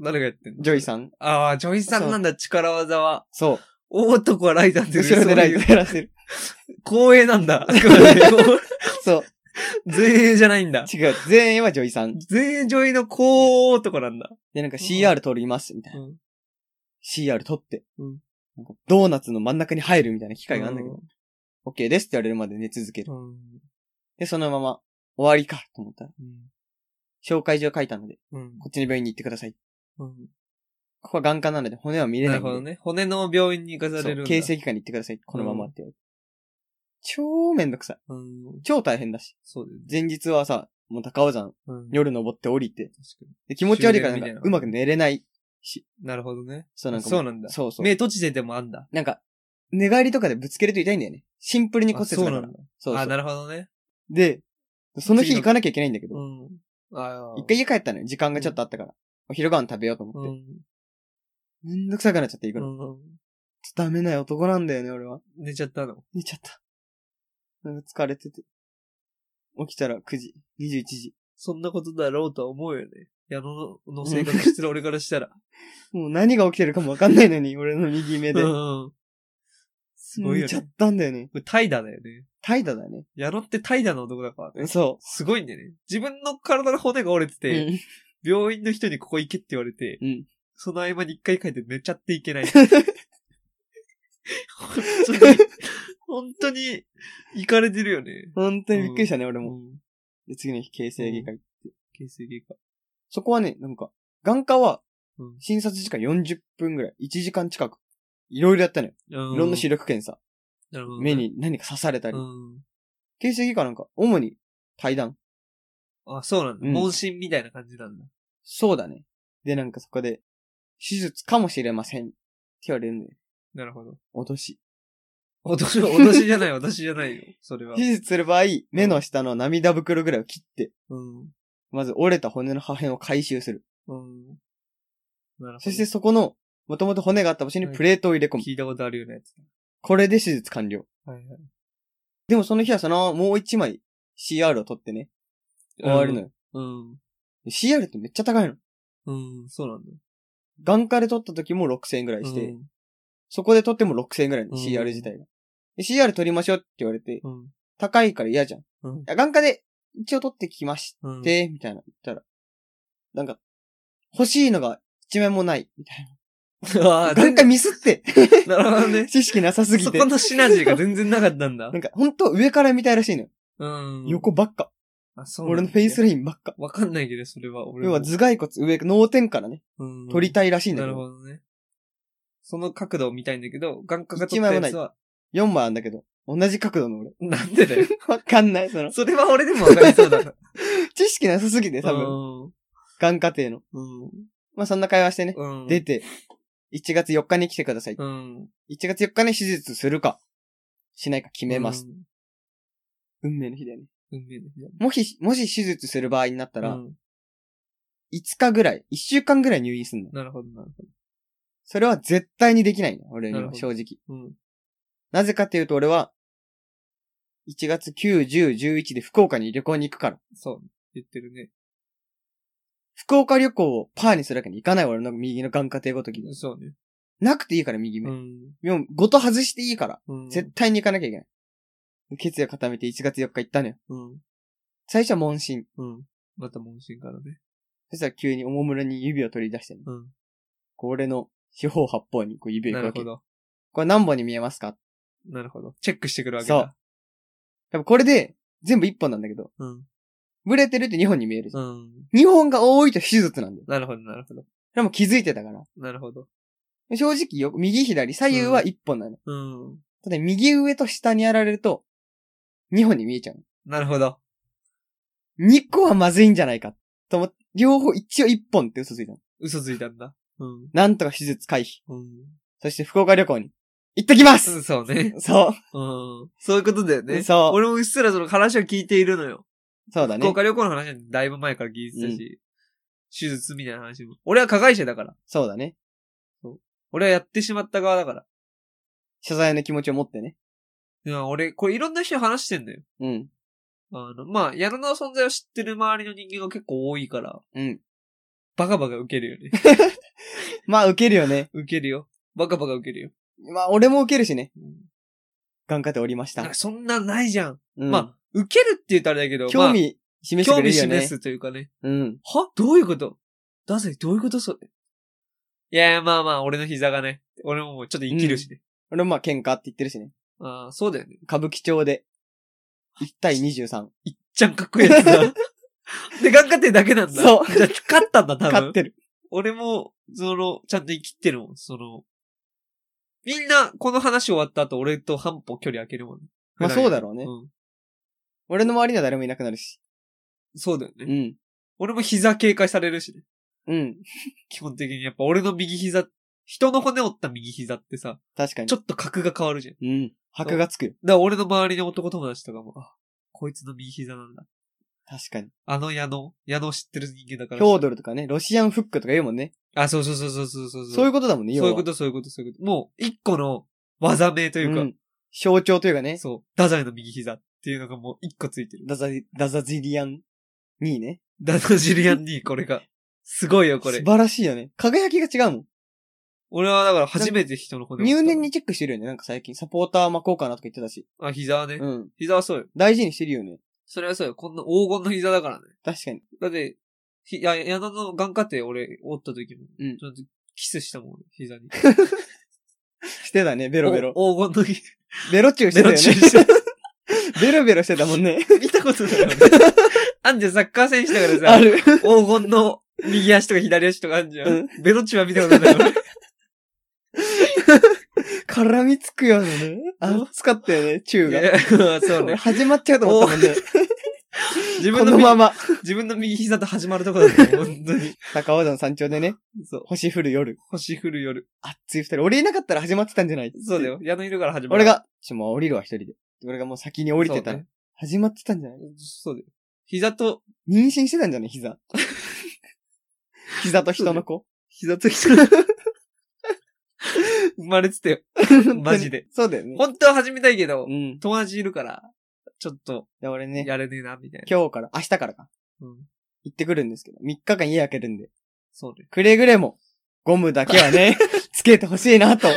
Speaker 1: 誰がやってんの
Speaker 2: ジョイさん。
Speaker 1: ああ、ジョイさんなんだ、力技は。
Speaker 2: そう。
Speaker 1: 大男はライターって
Speaker 2: 後ろでライト照らしてる。
Speaker 1: 光栄なん
Speaker 2: (laughs)
Speaker 1: だ。あくまで
Speaker 2: そう。
Speaker 1: 全員じゃないんだ。
Speaker 2: 違う。全員は女医さん。
Speaker 1: 全員女優の高男なんだ。
Speaker 2: で、なんか CR 取ります、みたいな。
Speaker 1: うん
Speaker 2: CR 取って。
Speaker 1: うん
Speaker 2: なんかドーナツの真ん中に入るみたいな機会があるんだけど。OK ですって言われるまで寝続ける。で、そのまま終わりかと思ったら、紹介状書いたので、
Speaker 1: うん
Speaker 2: こっちの病院に行ってください。
Speaker 1: うん
Speaker 2: ここは眼科なので骨は見れ
Speaker 1: な
Speaker 2: ない
Speaker 1: る
Speaker 2: ので。
Speaker 1: ほどね。骨の病院に行か
Speaker 2: そう
Speaker 1: されるんだ。
Speaker 2: 形成器官に行ってください。このままって言われて超めんどくさい。
Speaker 1: うん。
Speaker 2: 超大変だし。
Speaker 1: そうだよね。
Speaker 2: 前日はさ、もう高尾山、
Speaker 1: うん
Speaker 2: 夜登って降りて。
Speaker 1: 確か
Speaker 2: で気持ち悪いから
Speaker 1: 終電み
Speaker 2: な
Speaker 1: たい
Speaker 2: ん
Speaker 1: な
Speaker 2: か、うまく寝れない。
Speaker 1: になるほどね。
Speaker 2: そうなんかも。
Speaker 1: そうなんだ
Speaker 2: そうそう。
Speaker 1: 目閉じててもあんだ。
Speaker 2: なんか、寝返りとかでぶつけると痛いんだよね。シンプルに骨折だから。
Speaker 1: あそうなん
Speaker 2: そうそう
Speaker 1: あ、なるほどね。
Speaker 2: で、その日
Speaker 1: 次の
Speaker 2: 行かなきゃいけないんだけど、
Speaker 1: ん。ああ。
Speaker 2: 一回家帰ったのよ。時間がちょっとあったから。お昼ご飯食べようと思
Speaker 1: う
Speaker 2: って。
Speaker 1: ん。
Speaker 2: めんどくさくなっちゃって行くの。
Speaker 1: うん
Speaker 2: ちょっとダメな男なんだよね、俺は。
Speaker 1: 寝ちゃったの。
Speaker 2: 寝ちゃった。なんか疲れてて。起きたら9時、21時。
Speaker 1: そんなことだろうとは思うよね。矢野のの生活してる俺からした (laughs) ら。
Speaker 2: もう何が起きてるかもわかんないのに、俺の右目で。
Speaker 1: うん。すごいよ
Speaker 2: 寝ちゃ
Speaker 1: ね。
Speaker 2: っ
Speaker 1: こ
Speaker 2: たんだよね。
Speaker 1: れ怠惰だよね。
Speaker 2: 怠惰だね。
Speaker 1: 矢野って怠惰の男だからね。
Speaker 2: そ
Speaker 1: すごいんだよね。自分の体の骨が折れて
Speaker 2: う。
Speaker 1: て、病院の人にここ行けって言われて、
Speaker 2: うん
Speaker 1: その合間に一回帰って寝ちゃっていけ
Speaker 2: (laughs)
Speaker 1: ない。本当に、本当に、行かれてるよね。
Speaker 2: 本当にびっくりしたね、俺も。
Speaker 1: ん。
Speaker 2: で、次の日、形成外科行って。
Speaker 1: 形成外科。
Speaker 2: そこはね、なんか、眼科は
Speaker 1: うん、
Speaker 2: 診察時間40分ぐらい、1時間近く。いろいろやったのよ。い
Speaker 1: い
Speaker 2: ろんな視力検査。
Speaker 1: なるほどね
Speaker 2: 目。に何か刺されたり
Speaker 1: う。ん。
Speaker 2: 形成外科なんか、主に対談。
Speaker 1: あ、そうなんだ。
Speaker 2: うん
Speaker 1: 問診みたいな感じなんだ。
Speaker 2: そうだね。で、なんかそこで、手術かもしれません。って言われるのよ。
Speaker 1: なるほど。
Speaker 2: 脅し。
Speaker 1: 脅し、脅しじゃない、脅しじゃないよ。それは
Speaker 2: 手。術する場合、目の下の涙袋ぐらいを切って、
Speaker 1: うん。
Speaker 2: まず折れた骨の破片を回収する。
Speaker 1: うん。なるほど。
Speaker 2: そしてそこの、もともと骨があった場所に
Speaker 1: はい
Speaker 2: プレートを入れ込む。
Speaker 1: 聞いたことあるようなやつ。
Speaker 2: これで手術完了。
Speaker 1: はいはい。
Speaker 2: でもその日はその、もう一枚 CR を取ってね、終わるのよ。
Speaker 1: うん。
Speaker 2: CR ってめっちゃ高いの。
Speaker 1: うん。うん、そうなんだ。
Speaker 2: 眼科で取った時も6000円ぐらいして、
Speaker 1: うん
Speaker 2: そこで取っても6000円ぐらいの、
Speaker 1: うん
Speaker 2: CR 自体が。で CR 取りましょうって言われて、
Speaker 1: うん。
Speaker 2: 高いから嫌じゃん。
Speaker 1: うん
Speaker 2: いや眼科で一応取ってきまし
Speaker 1: うん。
Speaker 2: て、みたいな言ったら、なんか、欲しいのが一面もない、みたい
Speaker 1: あ
Speaker 2: な。
Speaker 1: (laughs) あ、
Speaker 2: 眼科ミス
Speaker 1: (laughs)
Speaker 2: って、
Speaker 1: なるほど
Speaker 2: (laughs)
Speaker 1: ね。
Speaker 2: 知識なさすぎ
Speaker 1: そ
Speaker 2: て
Speaker 1: こ。のシナジーが全然なかったんだ
Speaker 2: (laughs) な。んか、ほんと上から見たいらしいのよ。
Speaker 1: うん。
Speaker 2: 横ばっか。
Speaker 1: あ、そう
Speaker 2: 俺のフェイス
Speaker 1: イ
Speaker 2: ラインばっか。
Speaker 1: わかんないけど、それは。俺
Speaker 2: 要は頭蓋骨上、脳天からね、取り
Speaker 1: た
Speaker 2: たいらしいんだ
Speaker 1: な
Speaker 2: け
Speaker 1: る
Speaker 2: ど。
Speaker 1: ほどね。その角度を見たいんだけど、眼科が
Speaker 2: 一
Speaker 1: 取っ
Speaker 2: 枚
Speaker 1: た
Speaker 2: も
Speaker 1: や
Speaker 2: ない
Speaker 1: つは、
Speaker 2: 4枚あんだけど、同じ角度の俺。 (laughs)
Speaker 1: なんでだよ。 (laughs)
Speaker 2: わかんない、その。
Speaker 1: それは俺でもわかりそうだな。
Speaker 2: 知識なさすぎ (laughs) て、多分。眼科庭の。
Speaker 1: うん。
Speaker 2: まあ、そんな会話してね。
Speaker 1: うん。
Speaker 2: 出て、1月4日に来てください。1
Speaker 1: うん。
Speaker 2: 月4日に手術するか、しないか決
Speaker 1: 決
Speaker 2: めます。。運命の日だよね。
Speaker 1: 運命の日だ
Speaker 2: もし、もし手術する場合になった
Speaker 1: から
Speaker 2: ら、5日ぐらい、1週間ぐらい入院すんの。
Speaker 1: なるほど、なるほ
Speaker 2: それは絶対にできないの。俺に
Speaker 1: なる
Speaker 2: は
Speaker 1: ほど
Speaker 2: 正直。
Speaker 1: ど。うん。
Speaker 2: なぜかっていうと俺は、1月9、10、11で福岡に旅行に行くから。
Speaker 1: そう。言ってるね。
Speaker 2: 福岡旅行をパーにするわけにいかない俺の右の眼科帝ごときに。
Speaker 1: そうね。
Speaker 2: なくていいから右目。
Speaker 1: ん。
Speaker 2: もうごと外していいから。
Speaker 1: うん
Speaker 2: 絶対に行かなきゃいけない。決意を固めて1月4日行ったのよ。
Speaker 1: うん。
Speaker 2: 最初は問診。
Speaker 1: うん。また問診からね。
Speaker 2: そしたら急におもむろに指を取り出してね。
Speaker 1: うん。
Speaker 2: こう俺の四方八方にこう指を
Speaker 1: な
Speaker 2: 行
Speaker 1: る
Speaker 2: く
Speaker 1: ほ。
Speaker 2: わけ
Speaker 1: ど。
Speaker 2: これ何本に見えますか
Speaker 1: なるほど。チェックしてくるわけ
Speaker 2: そ
Speaker 1: だ
Speaker 2: う。多分これで全部一本なんだけど、
Speaker 1: うん。
Speaker 2: ブレてるって二本に見えるじゃん。
Speaker 1: うん。
Speaker 2: 二本が多いと手術なんだよ。
Speaker 1: なるほど、なるほど。
Speaker 2: でも気づいてたから。
Speaker 1: なるほど。
Speaker 2: 正直よ、右左左右は一本なの。
Speaker 1: うん。
Speaker 2: ただ右上と下にやられると、二本に見えちゃうの。
Speaker 1: なるほど。
Speaker 2: 二個はまずいんじゃないか。と思って、両方一応一本って嘘ついたの。
Speaker 1: 嘘ついたんだ。うん。
Speaker 2: なんとか手術回避。
Speaker 1: うん。
Speaker 2: そして福岡旅行に行ってきます、
Speaker 1: そうね。
Speaker 2: そう。
Speaker 1: うん。そういうことだよね。
Speaker 2: そう
Speaker 1: 俺もうっすらその話を聞いているのよ。
Speaker 2: そうだ
Speaker 1: 福
Speaker 2: ね。
Speaker 1: 岡旅行の話はだいぶ前から聞いてたし、手術みたいな話も。俺は加害者だから。
Speaker 2: そうだね。
Speaker 1: 俺はやってしまった側だから。
Speaker 2: 謝罪の気持ちを持ってね。
Speaker 1: いや、俺、これいろんな人に話してんだよ。
Speaker 2: うん。
Speaker 1: あの、まあ、矢野の存在を知ってる周りの人間が結構多いから、
Speaker 2: うん。
Speaker 1: バカバカ受けるよね。
Speaker 2: まあ、受けるよね。
Speaker 1: 受けるよ。バカバカ受けるよ。
Speaker 2: まあ、俺も受けるしね。
Speaker 1: うん
Speaker 2: 頑張っておりました。
Speaker 1: そんなないじゃん。
Speaker 2: うん
Speaker 1: まあ、受けるって言ったらあれだけど、
Speaker 2: 興味示して
Speaker 1: まあ、興
Speaker 2: くれ
Speaker 1: 味
Speaker 2: るよね。
Speaker 1: 示すというかね。
Speaker 2: うん。
Speaker 1: はどういうことだぜ、どういうことそれ。いやいや、まあまあ、俺の膝がね、俺ももうちょっと生きるしね。
Speaker 2: 俺もまあ喧嘩って言ってるしね。
Speaker 1: ああ、そうだよね。
Speaker 2: 歌舞伎町で。1対23。
Speaker 1: いっちゃんかっこいいやつだ。
Speaker 2: (laughs)
Speaker 1: で、頑張ってるだけなんだ。
Speaker 2: そう
Speaker 1: じゃあ、勝ったんだ、多
Speaker 2: 勝
Speaker 1: 分
Speaker 2: っ。てる。
Speaker 1: 俺も、その、ちゃんと生きてるもん、その、みんな、この話終わった後、俺と半歩距離開けるもんね。
Speaker 2: まあそうだろうね
Speaker 1: うん。
Speaker 2: 俺の周りには誰もいなくなるし。
Speaker 1: そうだよね。
Speaker 2: うん。
Speaker 1: 俺も膝警戒されるしね。
Speaker 2: うん。
Speaker 1: 基本的に、やっぱ俺の右膝、人の骨折った右膝ってさ、
Speaker 2: 確かに。
Speaker 1: ちょっと格が変わるじゃん。だか
Speaker 2: うん。箔がつくよ。
Speaker 1: ら俺の周りの男友達とかも、あ、こいつの右膝なんだ。
Speaker 2: 確かに。
Speaker 1: あの矢野、矢野知ってる人間だか
Speaker 2: ヒ
Speaker 1: ら。
Speaker 2: ョードルとかね、ロシアンフックとか言うもんね。
Speaker 1: あ、そうそうそうそうそうそう。
Speaker 2: そういうことだもんね、
Speaker 1: そういうことと、そういうこと、そういうこと。もう、一個の技名と
Speaker 2: と
Speaker 1: いうか、
Speaker 2: 象徴というかね。
Speaker 1: そう、ダザイの右膝っていうのがもう一個ついてる。
Speaker 2: ダザリ、ダザジリアン2位ね。
Speaker 1: ダダジリアン D、これが。すごいよ、こ
Speaker 2: 素
Speaker 1: れ。
Speaker 2: 晴らしいよね。輝きが違うもん。
Speaker 1: 俺はだから初めて人の骨折った
Speaker 2: 入念。にチェックしてるよね、なんか最近。サポーター巻こうかなとか言ってたし。
Speaker 1: あ、膝はね。
Speaker 2: うん。
Speaker 1: 膝はそうよ。
Speaker 2: 大事にしてるよね。
Speaker 1: それはそうよ。こんな黄金の膝だからね。
Speaker 2: 確かに。
Speaker 1: だって、ひ、いや、矢野の眼科庭俺、折った時も、
Speaker 2: うん
Speaker 1: ちょっとキスしたもん、俺膝に。
Speaker 2: してたね、ベロベロ。
Speaker 1: お黄金の膝。
Speaker 2: ベロチ (laughs) ューし
Speaker 1: ベ
Speaker 2: てたよ
Speaker 1: ロチュー
Speaker 2: ね。
Speaker 1: した。
Speaker 2: ベロベロしてたも
Speaker 1: (laughs)
Speaker 2: んね。
Speaker 1: 見たことないよね。
Speaker 2: (laughs)
Speaker 1: あんじゃん、サッカー選手だからさ。
Speaker 2: ある。
Speaker 1: 黄金の右足とか左足とかあるじゃん。
Speaker 2: うん
Speaker 1: ベロチュは見たことないよ。
Speaker 2: (laughs) 絡みつくよね。熱かったよね、チュー
Speaker 1: い
Speaker 2: が。
Speaker 1: やそう
Speaker 2: 俺
Speaker 1: ね。
Speaker 2: (laughs) 始まっちゃうと思ったもんね。
Speaker 1: 自
Speaker 2: こ
Speaker 1: 分の
Speaker 2: の
Speaker 1: 右
Speaker 2: まま。
Speaker 1: 自分の右膝と始まるとこだったよ、本
Speaker 2: (laughs)
Speaker 1: 当に。
Speaker 2: 高尾山山頂でね、
Speaker 1: そう。
Speaker 2: 星降る夜。
Speaker 1: 星降る夜。
Speaker 2: 熱い二人。俺いなかったら始まってたんじゃない
Speaker 1: そうだよ。矢野いるから始まる。
Speaker 2: 俺が、ちょ、もう降りるわ、一人で。俺がもう先に降りてた
Speaker 1: そう
Speaker 2: ら
Speaker 1: ね、
Speaker 2: 始まってたんじゃない
Speaker 1: そうだよ。膝と、
Speaker 2: 妊娠してたんじゃな
Speaker 1: (laughs)
Speaker 2: い膝。膝と人の子。
Speaker 1: 膝と膝。生まれて
Speaker 2: (laughs)
Speaker 1: たよ。マジで。
Speaker 2: そうだよね。
Speaker 1: 本当は始めたいけど
Speaker 2: う、ん。
Speaker 1: 友達いるから、ちょっと、
Speaker 2: で、俺ね、
Speaker 1: やれねえな、みたいな。
Speaker 2: 今日から、明日からか。
Speaker 1: うん。
Speaker 2: 行ってくるんですけど、3日間家開けるんで、
Speaker 1: そうね。
Speaker 2: くれぐれも、ゴムだけは
Speaker 1: (laughs)
Speaker 2: ね、つけてほしいなと、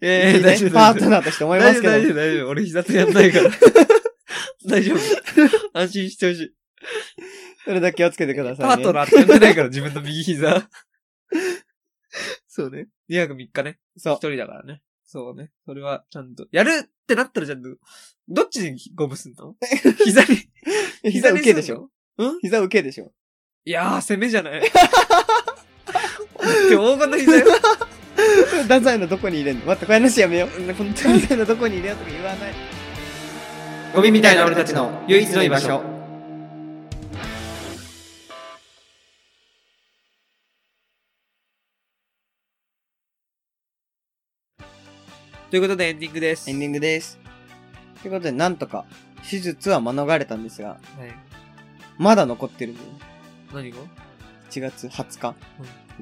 Speaker 1: ええ、
Speaker 2: ね
Speaker 1: 大丈夫。
Speaker 2: パートナーとして思いますけど。
Speaker 1: 大丈夫、大丈夫。俺膝とやんないから。 (laughs) 大丈夫。 (laughs) 安心してほしい。
Speaker 2: それだけ気をつけてください、ね。
Speaker 1: パートナーってやんないから、自分の右膝。そうね。2泊3日ね。
Speaker 2: そ
Speaker 1: 一
Speaker 2: う。
Speaker 1: 人だからね。そうね。それは、ちゃんと。やるってなったらちゃんと、どっちにゴムすん (laughs) の膝に、
Speaker 2: 膝受けでしょ。
Speaker 1: ょうん
Speaker 2: 膝受けでしょ。
Speaker 1: いやー、攻めじゃ (laughs) ない。今日黄金の膝よ。
Speaker 2: ダザイのどこに入れんの待って、こういう話やめよう。
Speaker 1: 本当
Speaker 2: ダ
Speaker 1: に。
Speaker 2: ザイのどこに入れようとか言わない。
Speaker 1: ゴミみたいな俺たちの唯一の居場所。ということでエンディングです。
Speaker 2: エンディングです。ということで、なんとか、手術は免れたんですが、
Speaker 1: はい。
Speaker 2: まだ残ってるのよ。
Speaker 1: 何が
Speaker 2: 1月20日、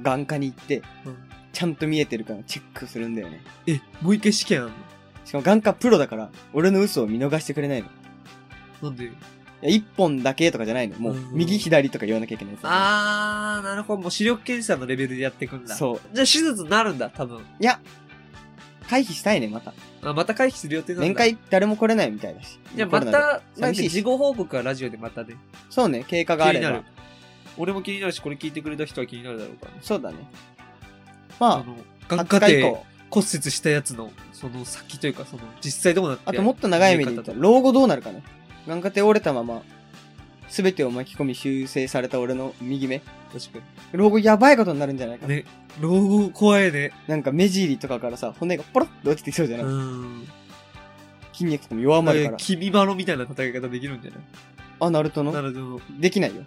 Speaker 2: 眼科に行って、
Speaker 1: うん
Speaker 2: ちゃんと見えてるからチェックするんだよね。
Speaker 1: え、もう一回試験あんの
Speaker 2: しかも眼科プロだから、俺の嘘を見逃してくれないの。い
Speaker 1: なんで
Speaker 2: や、一本だけとかじゃないの。もう
Speaker 1: うん、
Speaker 2: 右左とか言わなきゃいけないやつだね
Speaker 1: あー、なるほど。もう視力検査のレベルでやっていくんだ。
Speaker 2: そう。
Speaker 1: じゃあ手術になるんだ、多分。
Speaker 2: いや、回避したいね、また。
Speaker 1: あまた回避する予定なんだ。
Speaker 2: 年会誰も来れないみたいだし。
Speaker 1: じゃあ
Speaker 2: コ
Speaker 1: ま
Speaker 2: ロナ
Speaker 1: た、
Speaker 2: で
Speaker 1: なんか
Speaker 2: 寂しいし
Speaker 1: 事後報告はラジオでまたね。
Speaker 2: そうね、経過
Speaker 1: 気
Speaker 2: があれ
Speaker 1: になる
Speaker 2: ば。。
Speaker 1: 俺も気になるし、これ聞いてくれた人は気になるだろうからね。
Speaker 2: そうだね。
Speaker 1: あ
Speaker 2: ま
Speaker 1: の、
Speaker 2: あ、
Speaker 1: 眼科
Speaker 2: 20日以
Speaker 1: で
Speaker 2: 降。
Speaker 1: 骨折したやつの、その先というか、その、実際どうなって
Speaker 2: あともっと長い目で
Speaker 1: 見え
Speaker 2: 言っ
Speaker 1: 方
Speaker 2: た
Speaker 1: と
Speaker 2: ら、老後どうなるかね。眼科手折れたまま、すべてを巻き込み修正された俺の右目。
Speaker 1: 確
Speaker 2: 老後やばいことになるんじゃない
Speaker 1: か
Speaker 2: か。
Speaker 1: に。ね、老後怖いね。
Speaker 2: なんか目尻とかからさ、骨がポロッと落ちてきそうじ
Speaker 1: う
Speaker 2: ゃない、
Speaker 1: ん。
Speaker 2: 筋肉とかも弱まるから。
Speaker 1: 君まろみたいな戦い方できるんじゃない
Speaker 2: あ、ナルト
Speaker 1: な
Speaker 2: の
Speaker 1: るほど。
Speaker 2: できないよ。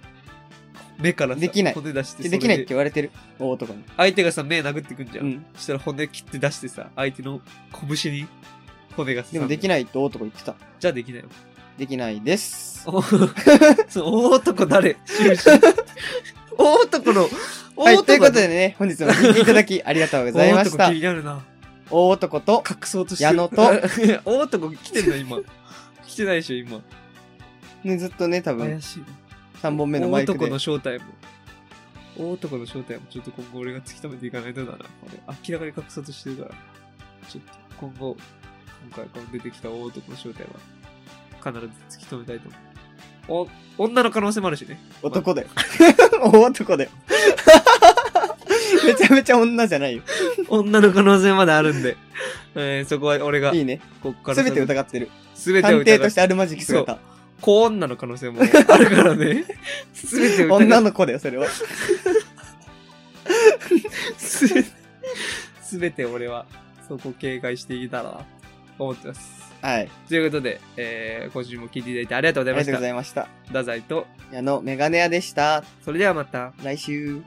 Speaker 1: 目からさ
Speaker 2: できない
Speaker 1: 骨出して
Speaker 2: で
Speaker 1: それ
Speaker 2: きないって言われてる。大男に。
Speaker 1: 相手がさ、目殴ってくんじゃ。
Speaker 2: うんん。
Speaker 1: そしたら骨切って出してさ、相手の拳に骨が刺さ
Speaker 2: でもでき
Speaker 1: ない。
Speaker 2: ないって大男言ってた。
Speaker 1: じゃあできない
Speaker 2: (laughs)
Speaker 1: よ。
Speaker 2: できないです。
Speaker 1: おそう大男誰終
Speaker 2: (laughs)
Speaker 1: 始大男の、
Speaker 2: は
Speaker 1: 大
Speaker 2: い、というこ
Speaker 1: 男
Speaker 2: とでね、本日も聞いていただきあ (laughs) りがとうございまし
Speaker 1: 大男
Speaker 2: た
Speaker 1: 気。になるな。
Speaker 2: 大男と、
Speaker 1: 隠そうとしてる。
Speaker 2: 矢野 (laughs) と
Speaker 1: 大男来てんの今。来てないでしょ今。
Speaker 2: ね、ずっとね、多分
Speaker 1: 怪しいな。
Speaker 2: 3本目のマイク
Speaker 1: 大男の
Speaker 2: で。
Speaker 1: 正体も。大男の正体もちょっと今後俺が突き止めていかないとだな。俺明らかに隠そうとしてるから。ちょっと今後、今回この出てきた大男の正体は、必ず突き止めたいと思う。お、女の可能性もあるしね。
Speaker 2: 男だよ。 (laughs) 大男だよ。 (laughs) めちゃめちゃ女じゃないよ。
Speaker 1: 女の可能性まであるんで。 (laughs) えー、そこは俺が
Speaker 2: い、いね。
Speaker 1: こっから。
Speaker 2: すべて疑ってる。
Speaker 1: すべてを
Speaker 2: 探
Speaker 1: 疑
Speaker 2: 偵
Speaker 1: っ
Speaker 2: としてあるまじき姿。
Speaker 1: 子女の可能性もあるからね。すべてを疑
Speaker 2: 女
Speaker 1: っ
Speaker 2: の子だよ、それは。
Speaker 1: すべて、すべて俺は、そこ警戒していけたらな、思ってます。
Speaker 2: はい。あり
Speaker 1: ということで、えー、今週も聞いていただいてありがとうございま
Speaker 2: がと
Speaker 1: し
Speaker 2: うござ
Speaker 1: た。
Speaker 2: いました。
Speaker 1: 太宰と、
Speaker 2: 矢野メガネ屋でした。
Speaker 1: それではまた。
Speaker 2: 来週。